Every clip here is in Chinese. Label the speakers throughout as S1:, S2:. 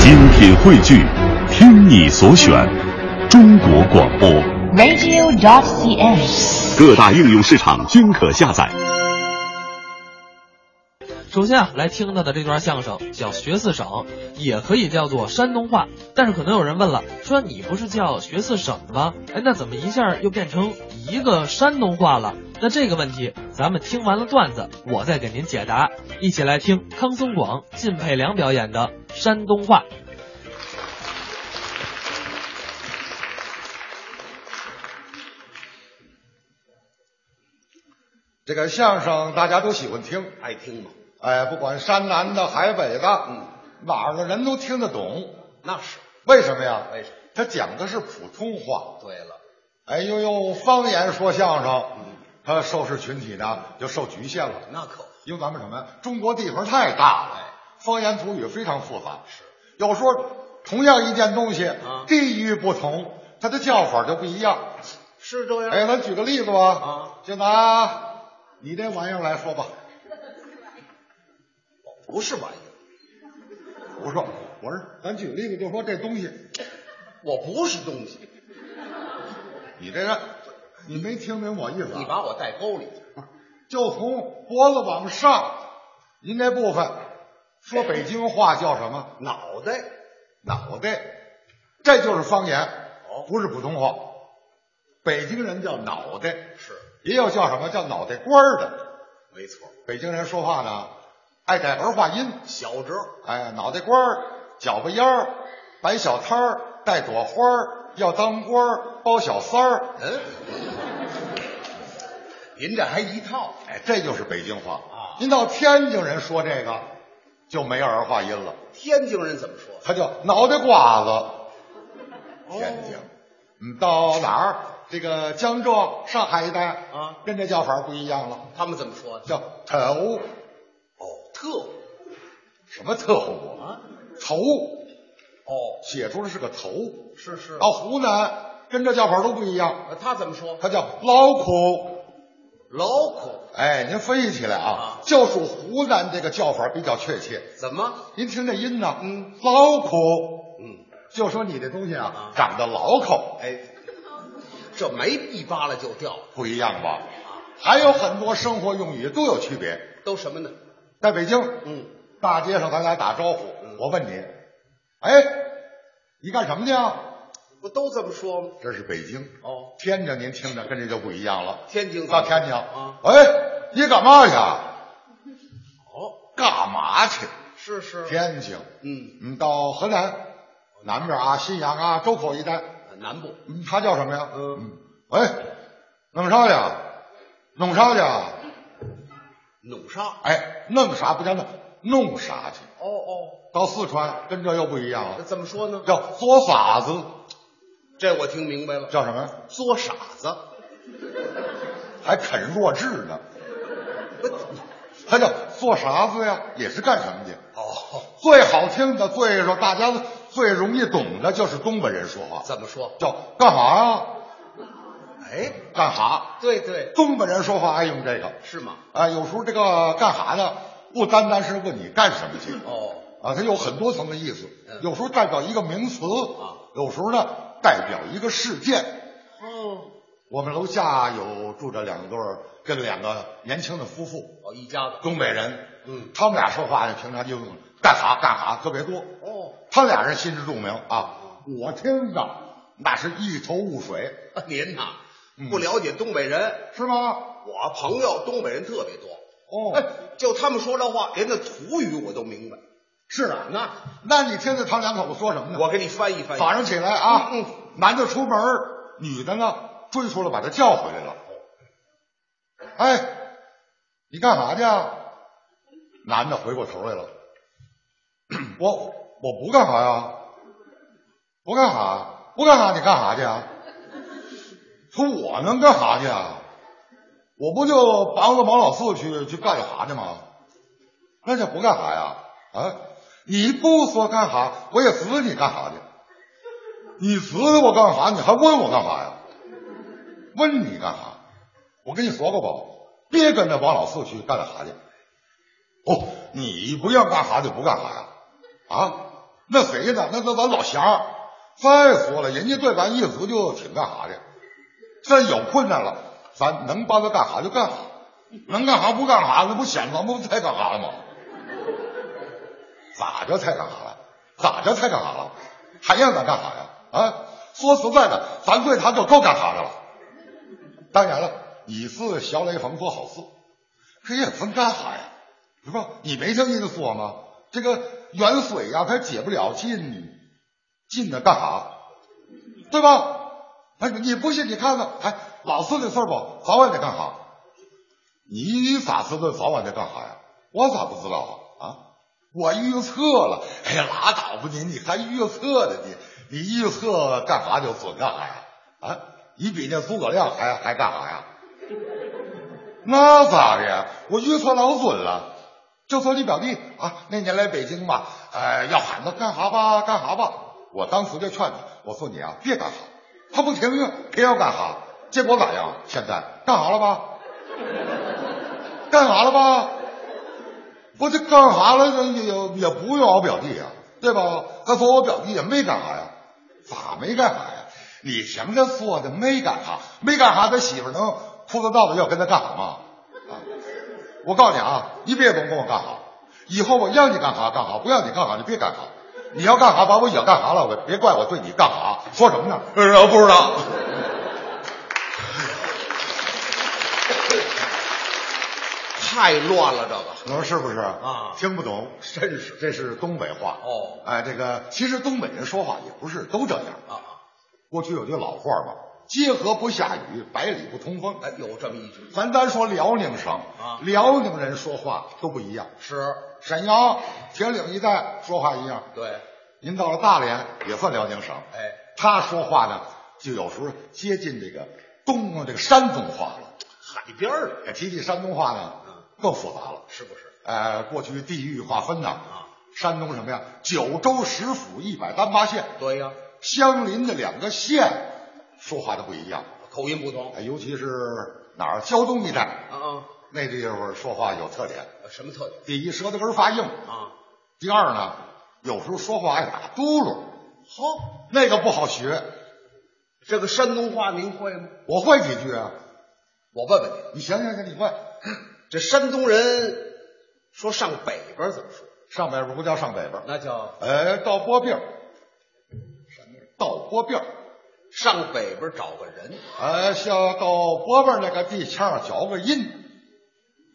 S1: 精品汇聚，听你所选，中国广播。
S2: radio.cn。
S1: 各大应用市场均可下载。
S3: 首先啊，来听他的这段相声，叫《学四省》，也可以叫做山东话。但是可能有人问了，说你不是叫学四省吗？哎，那怎么一下又变成一个山东话了？那这个问题，咱们听完了段子，我再给您解答。一起来听康松广、靳佩良表演的山东话。
S4: 这个相声大家都喜欢听，
S5: 爱听吗？
S4: 哎，不管山南的、海北的，嗯，哪儿的人都听得懂。
S5: 那是。
S4: 为什么呀？
S5: 为什么？
S4: 他讲的是普通话，
S5: 对了，嗯
S4: 哎，又用方言说相声，他受视群体呢就受局限了。
S5: 那可不
S4: 因为咱们什么呀？中国地方太大了，哎，方言土语非常复杂。是，有时候同样一件东西，
S5: 啊
S4: 地域不同，它的叫法就不一样。
S5: 是这样。
S4: 哎，咱举个例子吧，
S5: 啊，
S4: 就拿你这玩意儿来说吧，
S5: 哦不是玩意儿，
S4: 我说，我说，咱举个例子，就说这东西，
S5: 我不是东西，
S4: 你这人，你没听明白我意思、
S5: 你
S4: 啊？
S5: 把我带沟里去。
S4: 就从脖子往上，您这部分，说北京话叫什么？
S5: 脑袋，
S4: 脑袋，这就是方言
S5: 哦，
S4: 不是普通话。北京人叫脑袋，
S5: 是
S4: 也有叫什么叫脑袋官儿的。
S5: 没错。
S4: 北京人说话呢，爱改儿化音，
S5: 小折，
S4: 哎，脑袋瓜儿、脚巴烟儿、摆小摊儿、带朵花儿、要当官儿、包小三儿，
S5: 嗯，您这还一套。
S4: 哎，这就是北京话
S5: 啊
S4: 您到天津人说这个就没有儿化音了，
S5: 天津人怎么说？
S4: 他叫脑袋瓜子。
S5: 哦
S4: 天津，嗯，到哪儿？这个江浙、上海一带
S5: 啊
S4: 跟这叫法儿不一样了，
S5: 他们怎么说？
S4: 叫头
S5: 哦，特务
S4: 什么特务啊？
S5: 啊。
S4: 头
S5: 哦，
S4: 写出来是个头。
S5: 是是。
S4: 到湖南跟这叫法儿都不一样，
S5: 呃，他怎么说？
S4: 它叫劳苦。
S5: local
S4: 哎，您分析起来啊
S5: 啊，
S4: 就属湖南这个叫法比较确切。
S5: 怎么？
S4: 您听这音呢，
S5: 嗯，
S4: 老口，
S5: 嗯，
S4: 就说你这东西啊
S5: 啊，
S4: 长得老口，
S5: 哎，这没一扒拉就掉了，
S4: 不一样吧？
S5: 啊
S4: 还有很多生活用语都有区别。
S5: 都什么呢？
S4: 在北京，
S5: 嗯，
S4: 大街上咱俩打招呼
S5: 嗯，
S4: 我问你，哎，你干什么去啊？
S5: 不都这么说吗？
S4: 这是北京，嗯
S5: 哦，
S4: 天津您听着跟这就不一样了。
S5: 天津
S4: 到天津，
S5: 啊，
S4: 哎，你干嘛去啊？
S5: 哦，
S4: 干嘛去？
S5: 是是，
S4: 天津，
S5: 嗯，
S4: 嗯，到河南南边啊，信阳啊，周口一带，
S5: 南部
S4: 嗯，他叫什么呀？
S5: 嗯
S4: 嗯，哎，弄啥去啊？弄啥去啊？
S5: 努沙，
S4: 哎，弄啥不叫弄，弄啥去？
S5: 哦哦，
S4: 到四川跟这又不一样
S5: 那
S4: 了，
S5: 怎么说呢？
S4: 叫作傻子，
S5: 这我听明白了，
S4: 叫什么呀？
S5: 作傻子，
S4: 还啃弱智呢。他叫做啥子呀？也是干什么去？
S5: 哦，
S4: 最好听的、最说大家最容易懂的，就是东北人说话，
S5: 怎么说？
S4: 叫干啥呀？
S5: 哎，
S4: 干哈？
S5: 对对，
S4: 东北人说话爱用这个。
S5: 是吗？
S4: 啊，有时候这个干哈呢，不单单是问你干什么去，
S5: 哦，
S4: 啊，它有很多层的意思，
S5: 嗯
S4: 有时候代表一个名词，
S5: 啊，
S4: 有时候呢代表一个事件。
S5: 哦，
S4: 我们楼下有住着两对儿跟两个年轻的夫妇，
S5: 哦，一家子，
S4: 东北人，
S5: 嗯，
S4: 他们俩说话呢，平常就用干哈干哈特别多。
S5: 哦，
S4: 他俩人心知肚明啊，
S5: 嗯
S4: 我听着那是一头雾水，
S5: 您呐
S4: 嗯，
S5: 不了解东北人，
S4: 是吗？
S5: 我朋友东北人特别多，
S4: 哦，
S5: 哎，就他们说这话，连那土语我都明白。
S4: 是啊，
S5: 那
S4: 那你听听他们两口子说什么呢？
S5: 我给你翻译翻译，
S4: 早上起来啊，
S5: 嗯
S4: 男的出门儿，女的呢追出来把他叫回来了。哎，你干嘛去啊？男的回过头来了， 我我不干啥呀，不干啥，不干啥，你干啥去啊？说我能干啥去啊？我不就帮着王老四去去干啥去吗？那就不干啥呀？啊，你不说干啥，我也指你干啥去。你指着我干啥？你还问我干啥呀？问你干啥？我跟你说过吧，别跟着王老四去干啥去。哦，你不要干啥就不干啥呀？啊，那谁呢？那那咱老乡。再说了，人家对咱意思就挺干哈的。真有困难了，咱能帮他干哈就干哈，能干哈不干哈，那不显咱不太干哈了吗？咋着才干哈了？咋着才干哈了？还让咱干哈呀？啊，说实在的，咱对他就够干哈的了。当然了，你是小雷锋做好事，可也真干哈呀？是吧？你没听人家说吗？这个远水呀、它解不了近近的干哈？对吧？哎，你不信你看看，哎，老四的事儿吧，早晚得干哈？你咋知道早晚得干哈呀？我咋不知道啊？啊，我预测了。哎呀，拉倒吧你，你还预测的你？你预测干哈就准干哈呀？啊，你比那诸葛亮还还干哈呀？那咋的呀？我预测老准了。就说你表弟啊，那年来北京嘛，呃，要喊他干哈吧，干哈吧。我当时就劝他，我说你啊，别干哈，他不听，偏要干哈。结果咋样？现在干哈了吧？干哈了吧？我这干哈了？也也也不用我表弟啊，对吧？再说我表弟也没干哈呀，咋没干哈呀？你听他说的，没干哈，没干哈，他媳妇能哭着闹着要跟他干哈吗？啊我告诉你啊，你别总跟我干哈，以后我让你干哈干哈，不让你干哈你别干哈。你要干哈把我也干哈了，我别怪我对你干哈。说什么呢？呃，我不知道。
S5: 太乱了，这个
S4: 你说是不是啊听不懂，
S5: 真是
S4: 这是东北话
S5: 哦
S4: 哎，这个其实东北人说话也不是都这样。
S5: 啊，
S4: 过去有句老话嘛，街河不下雨，百里不通风。
S5: 哎，有这么一句
S4: 咱单说辽宁省
S5: 啊
S4: 辽宁人说话都不一样。
S5: 是，
S4: 沈阳、铁岭一带说话一样，
S5: 对，
S4: 您到了大连也算辽宁省，
S5: 哎，
S4: 他说话呢，就有时候接近这个东这个山东话了。
S5: 海边儿的
S4: 哎提起山东话呢，更复杂了。
S5: 啊是不啊是？
S4: 呃，过去地域划分呐，山东什么呀？九州十府一百单八县，
S5: 对呀，
S4: 相邻的两个县说话都不一样。
S5: 口音不同
S4: 哎尤其是哪儿？胶东一带，
S5: 啊
S4: 那地方说话有特点。
S5: 啊，什么特点
S4: 第一，舌头根儿发硬；
S5: 啊？
S4: 第二呢，有时候说话爱打嘟噜，
S5: 好，
S4: 那个不好学。
S5: 这个山东话您会吗？
S4: 我会几句啊？
S5: 我问问你，
S4: 你想想看，你会。
S5: 这山东人说上北边怎么说？
S4: 上北边不叫上北边，
S5: 那叫
S4: 哎，到波边到波边
S5: 上北边找个人。
S4: 哎，像到波边那个地腔嚼个音，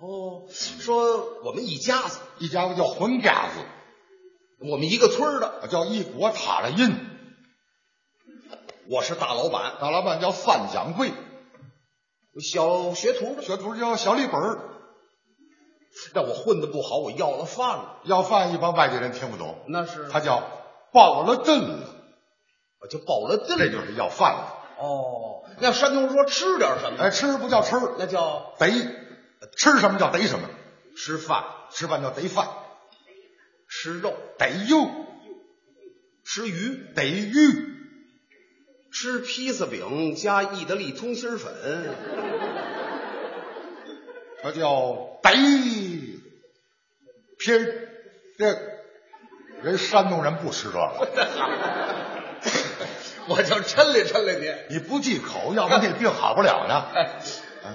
S5: 哦，说我们一家子，
S4: 一家子叫混嘎子，啊
S5: 我们一个村儿的，
S4: 叫一国塔的音。
S5: 我是大老板，
S4: 大老板叫范掌柜，
S5: 小学徒的。
S4: 学徒叫小李本儿
S5: 但我混的不好，我要了饭了，
S4: 要饭一般外地人听不懂，
S5: 那是
S4: 他叫爆了阵了，
S5: 我就饱了劲
S4: 这
S5: 了。
S4: 就是要饭了。
S5: 哦，那山东说吃点什么？
S4: 哎，吃不叫吃，
S5: 那叫
S4: 逮吃什么叫逮什么，
S5: 吃饭、
S4: 吃饭叫逮饭，
S5: 吃肉、
S4: 逮肉
S5: 吃鱼、
S4: 逮鱼，
S5: 吃披萨饼加意大利通心粉，
S4: 这叫逮偏这人山东人不吃这个，
S5: 我就抻来抻来你。
S4: 你不忌口，要不然这病好不了 呢。
S5: 哎，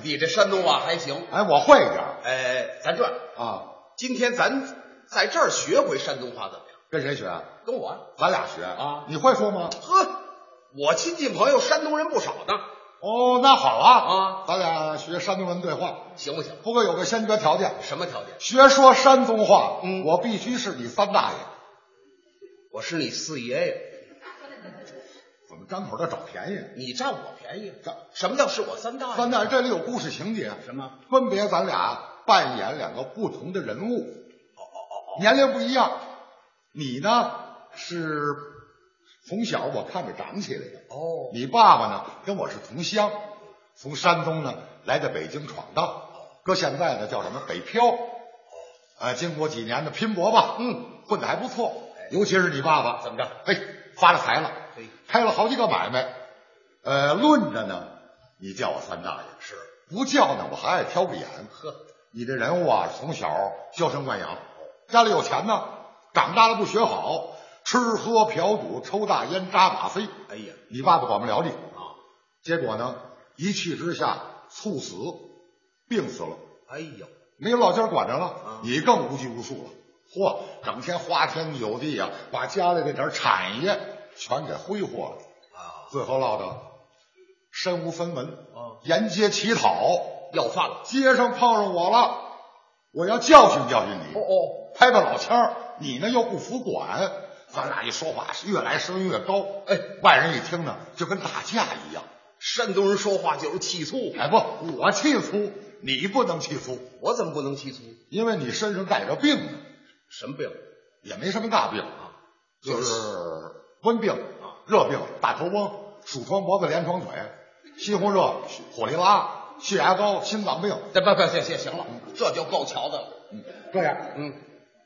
S5: 你这山东话还行。
S4: 哎，我会一点儿
S5: 哎，咱这样，
S4: 啊，
S5: 今天咱在这儿学回山东话怎么样？
S4: 跟谁学？
S5: 跟我啊
S4: 咱俩学
S5: 啊
S4: 你会说吗？
S5: 呵，我亲戚朋友山东人不少呢，
S4: 哦，那好啊
S5: 啊，
S4: 咱俩学山东人对话，
S5: 行不行？
S4: 不过有个先决条件，
S5: 什么条件？
S4: 学说山东话，
S5: 嗯
S4: 我必须是你三大爷。
S5: 我是你四爷爷，
S4: 怎么张口就找便宜？
S5: 你占我便宜
S4: 占。
S5: 什么叫是我三大
S4: 三
S5: 爷？
S4: 大爷这里有故事情节，
S5: 什么？
S4: 分别咱俩扮演两个不同的人物，
S5: 哦
S4: 年龄不一样。你呢是从小我看着长起来的，
S5: 哦，
S4: 你爸爸呢跟我是同乡，从山东呢来到北京闯荡，搁现在呢叫什么北漂。呃，经过几年的拼搏吧，嗯，混得还不错，尤其是你爸爸
S5: 哎怎么着？
S4: 嘿，发了财了
S5: 嘿，
S4: 开了好几个买卖。呃，论着呢，你叫我三大爷
S5: 是
S4: 不叫呢，我还爱挑个眼。
S5: 呵，
S4: 你这人物啊，从小娇生惯养，家里有钱呢，长大了不学好，吃喝嫖赌抽大烟扎马飞，
S5: 哎呀，
S4: 你爸爸管不了你
S5: 啊！
S4: 结果呢，一气之下猝死，病死了，
S5: 哎呦，
S4: 没有老家管着了
S5: 啊，
S4: 你更无拘无束了。嚯，整天花天酒地呀、把家里那点产业全给挥霍了，
S5: 啊，
S4: 最后落得身无分文，
S5: 啊
S4: 沿街乞讨。
S5: 要饭了。
S4: 街上碰上我了，我要教训教训你，
S5: 哦，
S4: 拍拍老腔儿，你呢又不服管，咱俩一说话是越来声音越高，哎，外人一听呢就跟打架一样。
S5: 山东人说话就是气粗，
S4: 哎，不，我气粗，你不能气粗，
S5: 我怎么不能气粗？
S4: 因为你身上带着病呢，
S5: 什么病？
S4: 也没什么大病啊，就是温病
S5: 啊、
S4: 热病、大头翁、鼠疮脖子、连床腿、西红热、火力拉、血压高、心脏病，
S5: 这不不行行行了，这就够瞧的了。
S4: 嗯，这样
S5: 嗯，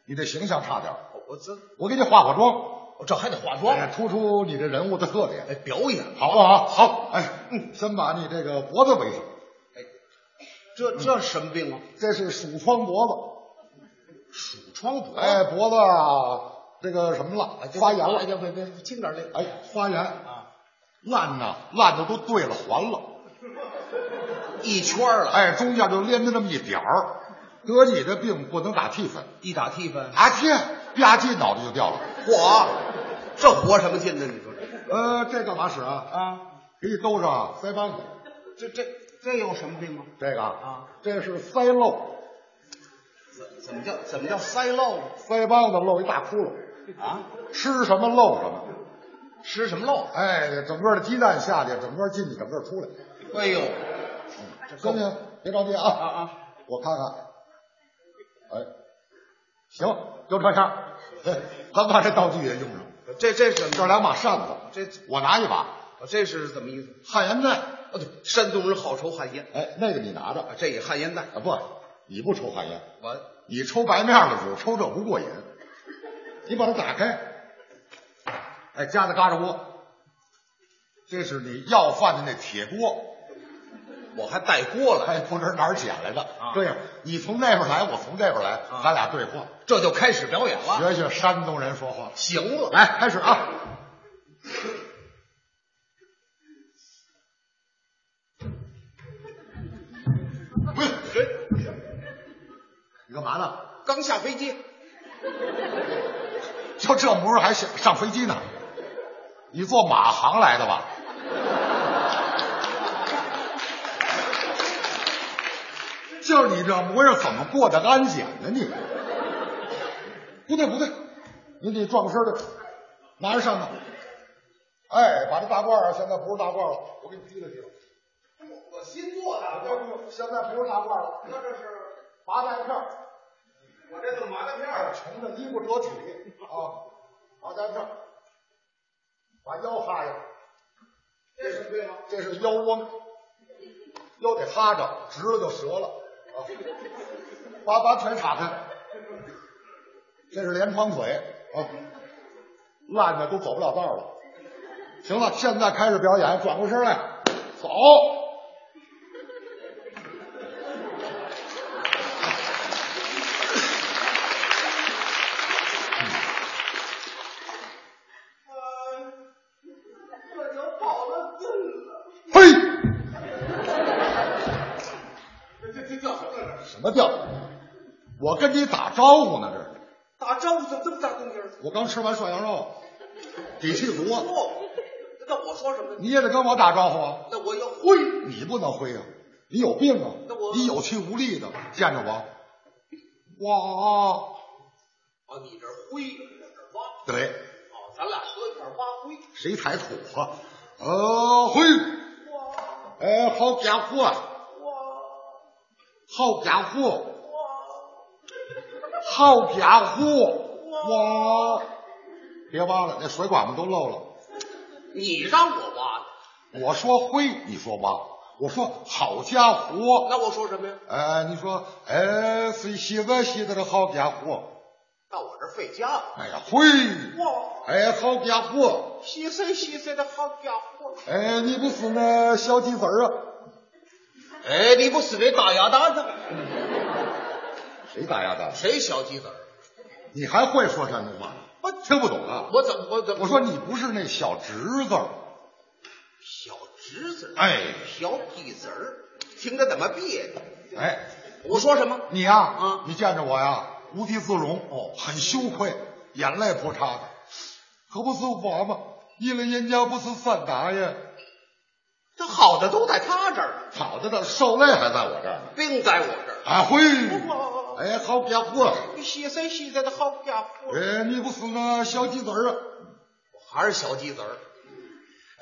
S4: 你这形象差点儿，
S5: 我我这
S4: 我给你化化妆。
S5: 我这还得化妆，
S4: 哎，突出你这人物的特
S5: 哎，
S4: 点，
S5: 表演。
S4: 好不好？好，哎，嗯，先把你这个脖子围上，
S5: 哎
S4: 嗯
S5: 这这什么病啊？
S4: 这是鼠疮脖
S5: 鼠疮
S4: 子，
S5: 脖。
S4: 哎，脖子啊，这个什么了，发炎
S5: 哎
S4: 了，
S5: 呀，别别，轻点儿这。
S4: 哎，发炎
S5: 啊，
S4: 烂呐，烂的都对了环了，
S5: 一圈儿了，
S4: 哎，中间就连着那么一点儿，得你这病不能打替粉，
S5: 一打替分，
S4: 打替吧唧脑袋就掉了。
S5: 嚯，这活什么劲呢？你说这
S4: 呃，这干嘛使啊？
S5: 啊，
S4: 给你兜上腮帮子，
S5: 这这这有什么病吗？
S4: 这个
S5: 啊，
S4: 这是腮漏，
S5: 怎怎么叫怎么叫塞漏啊
S4: 腮帮子漏一大窟窿，
S5: 啊？
S4: 吃什么漏什么。
S5: 吃什么漏？
S4: 哎，整个的鸡蛋下去，整个进去，整个出来。
S5: 哎呦，这
S4: 姑娘，别着急啊
S5: 啊啊！
S4: 我看看。哎，行，就这 样。哎咱把这道具也用上，
S5: 这这是
S4: 这
S5: 什
S4: 儿
S5: 么？
S4: 两把扇子，
S5: 这哦
S4: 我拿一把
S5: 这是怎么意思？
S4: 旱烟袋。
S5: 啊，对，山东人好抽旱烟，
S4: 哎，那个你拿着。
S5: 啊，这也旱烟袋。
S4: 啊，不，你不抽旱烟，
S5: 我
S4: 你抽白面的时候抽这不过瘾。你把它打开，哎，夹在嘎吱窝，这是你要饭的那铁锅。
S5: 我还带锅来，
S4: 哎，不知哪儿捡来的。
S5: 啊
S4: 这样，你从那边来，我从这边来，
S5: 啊
S4: 咱俩对话，
S5: 这就开始表演了。
S4: 学学山东人说话。
S5: 行了，
S4: 来，开始 啊！喂，你干嘛呢？
S5: 刚下飞机，
S4: 就这模样还想上飞机呢？你坐马航来的吧？就是你这模样，怎么过的安检呢？你不对不对，你得转过身来，拿着扇子。哎，把这大褂儿啊，现在不是大褂了，我给你提了提了。
S5: 我新做的，
S4: 不，现在不是大褂了，
S5: 那这是
S4: 麻袋片儿。
S5: 我这弄麻袋片儿
S4: 穷的衣不遮体啊，麻袋片儿，把腰哈着。
S5: 这什么病啊？
S4: 这是腰翁，腰得哈着，直了就折了啊！把把腿岔开，这是连床腿啊，烂的都走不了道了。行了，现在开始表演，转过身来，走。
S5: 这就跑得近了，
S4: 嘿，
S5: 这这这叫什么来着？
S4: 什么调？我跟你打招呼呢，这是。
S5: 打招呼怎么这么大动静儿？
S4: 我刚吃完涮羊肉，底气足啊！
S5: 不，哦那我说什么呢？
S4: 你也得跟我打招呼啊！
S5: 那我要挥，
S4: 你不能挥啊，你有病啊
S5: 那我，
S4: 你有气无力的，见着我，哇，
S5: 哦，你这挥，我这挖，
S4: 对，
S5: 哦，咱俩合一块儿挖挥，
S4: 谁抬土啊？呃，嘿，哎，好家伙，好家伙，好家伙，哇！别挖了，那水管子都漏了。
S5: 你让我挖的，
S4: 我说挥，你说挖，我说好家伙，
S5: 那我说什么呀？
S4: 呃，你说，哎，谁洗个洗的这好家伙，
S5: 到我这儿费家伙，
S4: 哎呀，挥。
S5: 哇，
S4: 哎，好家伙！
S5: 稀碎稀碎的好家伙！
S4: 哎，你不是那小鸡子儿啊？
S5: 哎，你不是那大鸭蛋呢？
S4: 谁打压的？
S5: 谁小鸡子儿？
S4: 你还会说山东话？
S5: 不我
S4: 听不懂啊！
S5: 我怎么我怎么
S4: 我说你不是那小侄子儿，
S5: 小侄子儿
S4: 哎
S5: 小痞子儿，听着怎么别扭？
S4: 哎，
S5: 我说什么？
S4: 你呀、
S5: 啊
S4: 你见着我呀，无地自容哦，很羞愧，眼泪婆叉的，可不是我吗？一人人家不是散打呀，
S5: 这好的都在他这儿，
S4: 好的呢，受累还在我这儿呢。
S5: 病在我这儿。
S4: 啊嘿，
S5: 哇
S4: 哎，好家伙，
S5: 现在现在的好家伙，
S4: 哎，你不是那小鸡子儿啊？
S5: 我还是小鸡子儿。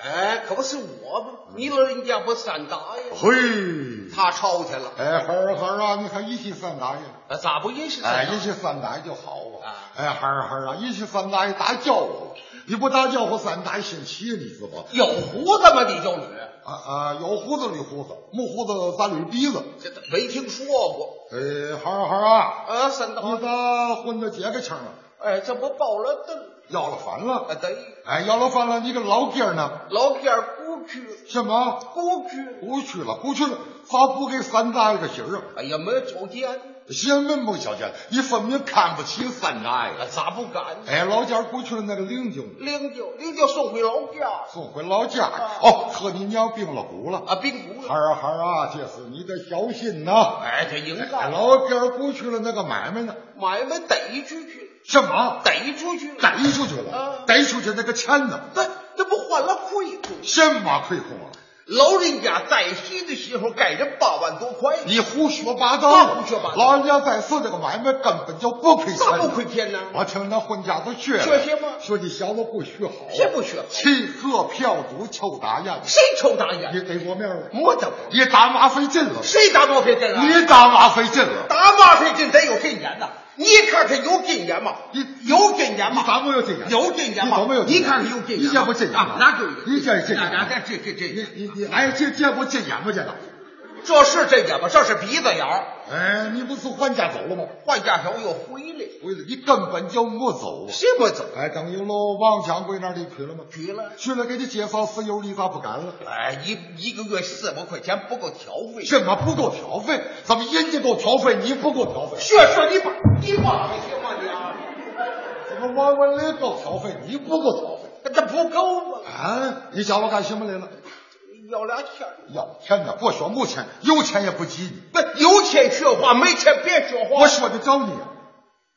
S5: 哎，可不是我吗？你老人家不散打
S4: 嗯
S5: 呀？
S4: 嘿，
S5: 他抄去了，
S4: 哎，孩儿孩儿啊，你看一起散打呀。
S5: 啊咋不也是
S4: 哎，
S5: 散打？
S4: 一起散打就好啊
S5: 啊！
S4: 哎，孩儿孩儿啊，一起散打打叫我，你不打叫我散打一星期，你知道吧？
S5: 有胡子吗？你就你，
S4: 啊啊，有胡子捋胡子，没胡子咱捋鼻子。
S5: 这都没听说过。
S4: 哎，孩儿孩儿啊，
S5: 啊，散打，
S4: 你咋混到这个腔了？
S5: 哎，这不报了灯？
S4: 要了饭
S5: 啊，
S4: 了？
S5: 对，
S4: 哎，要了饭了，你个老爹儿呢？
S5: 老片儿不去，
S4: 什么？
S5: 不去。
S4: 不去了，不去了，咋不给散打一个心儿啊？
S5: 哎呀，没酒店，
S4: 先问孟小姐，你分明看不起散打呀！
S5: 啊咋不敢？
S4: 哎，老家儿过去了那个领警
S5: 领就领就送回老家
S4: 送回老家儿
S5: 啊
S4: 哦，和你娘病了骨了。
S5: 啊，病骨
S4: 孩
S5: 了。
S4: 儿啊孩儿啊，这次你得小心呐！
S5: 哎，这应
S4: 哎
S5: 该
S4: 老家儿过去了那个买卖呢？
S5: 买卖逮出去，
S4: 什么？
S5: 逮出去，
S4: 逮出去了
S5: 啊？
S4: 逮出去那个钱呢？
S5: 这这不换了亏空？
S4: 什么亏空了？
S5: 老人家在世的时候给人八万多块，
S4: 你胡说八道！
S5: 我啊胡说八道
S4: 老人家在世这个买卖根本就不亏
S5: 那不
S4: 钱。
S5: 亏钱呢？
S4: 我听那混家子学了
S5: 学什么
S4: 说你小子不学好，
S5: 谁不学？
S4: 欺喝嫖赌抽打烟，
S5: 谁抽大
S4: 你
S5: 烟？
S4: 给过面了？
S5: 没得过，
S4: 你打马费劲了，
S5: 谁打毛片针啊？
S4: 你打马费劲了，
S5: 打马费针得有根眼呐！你看看有根眼吗？
S4: 你
S5: 有根眼
S4: 你
S5: 吗？
S4: 咋没有经验？
S5: 有经验
S4: 你
S5: 吗？
S4: 怎么有经验？
S5: 你看看有经验吗，
S4: 你这不进眼
S5: 啊
S4: 吗？
S5: 那就有
S4: 你这进
S5: 那
S4: 眼
S5: 那这这这
S4: 啊你你你，哎，这这不进眼吗？这个，
S5: 这是这眼吗？这是鼻子眼儿，
S4: 哎，你不是还家走了吗？
S5: 换下手又回来，
S4: 回来你根本就没走啊！
S5: 谁没走？
S4: 哎，等于喽，王掌柜那里去了吗？
S5: 去了。
S4: 去了，给你介绍室友，你咋不干了？
S5: 哎，一一个月四百块钱不够调费。
S4: 这么不够调费？怎么人家够调费，你不够调费？
S5: 这事你把你忘没听吗你啊？
S4: 怎么王文林够调费，你不够调费？
S5: 这不够啊！
S4: 啊，你叫我干什么来了？
S5: 要俩钱儿，
S4: 要钱的，我说没钱，有钱也不急你。
S5: 不有钱说话，没钱别说话。
S4: 我说的找你啊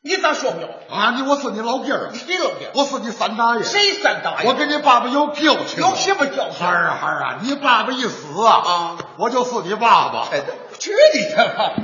S5: 你咋说不了？
S4: 啊！你我是你老爹儿啊，
S5: 你老爹，
S4: 我是你三大爷。
S5: 谁三大爷？
S4: 我跟你爸爸有交情。
S5: 有什么交情
S4: 孩儿啊孩儿啊，你爸爸一死啊，
S5: 啊
S4: 我就是你爸爸。
S5: 哎，去你的吧！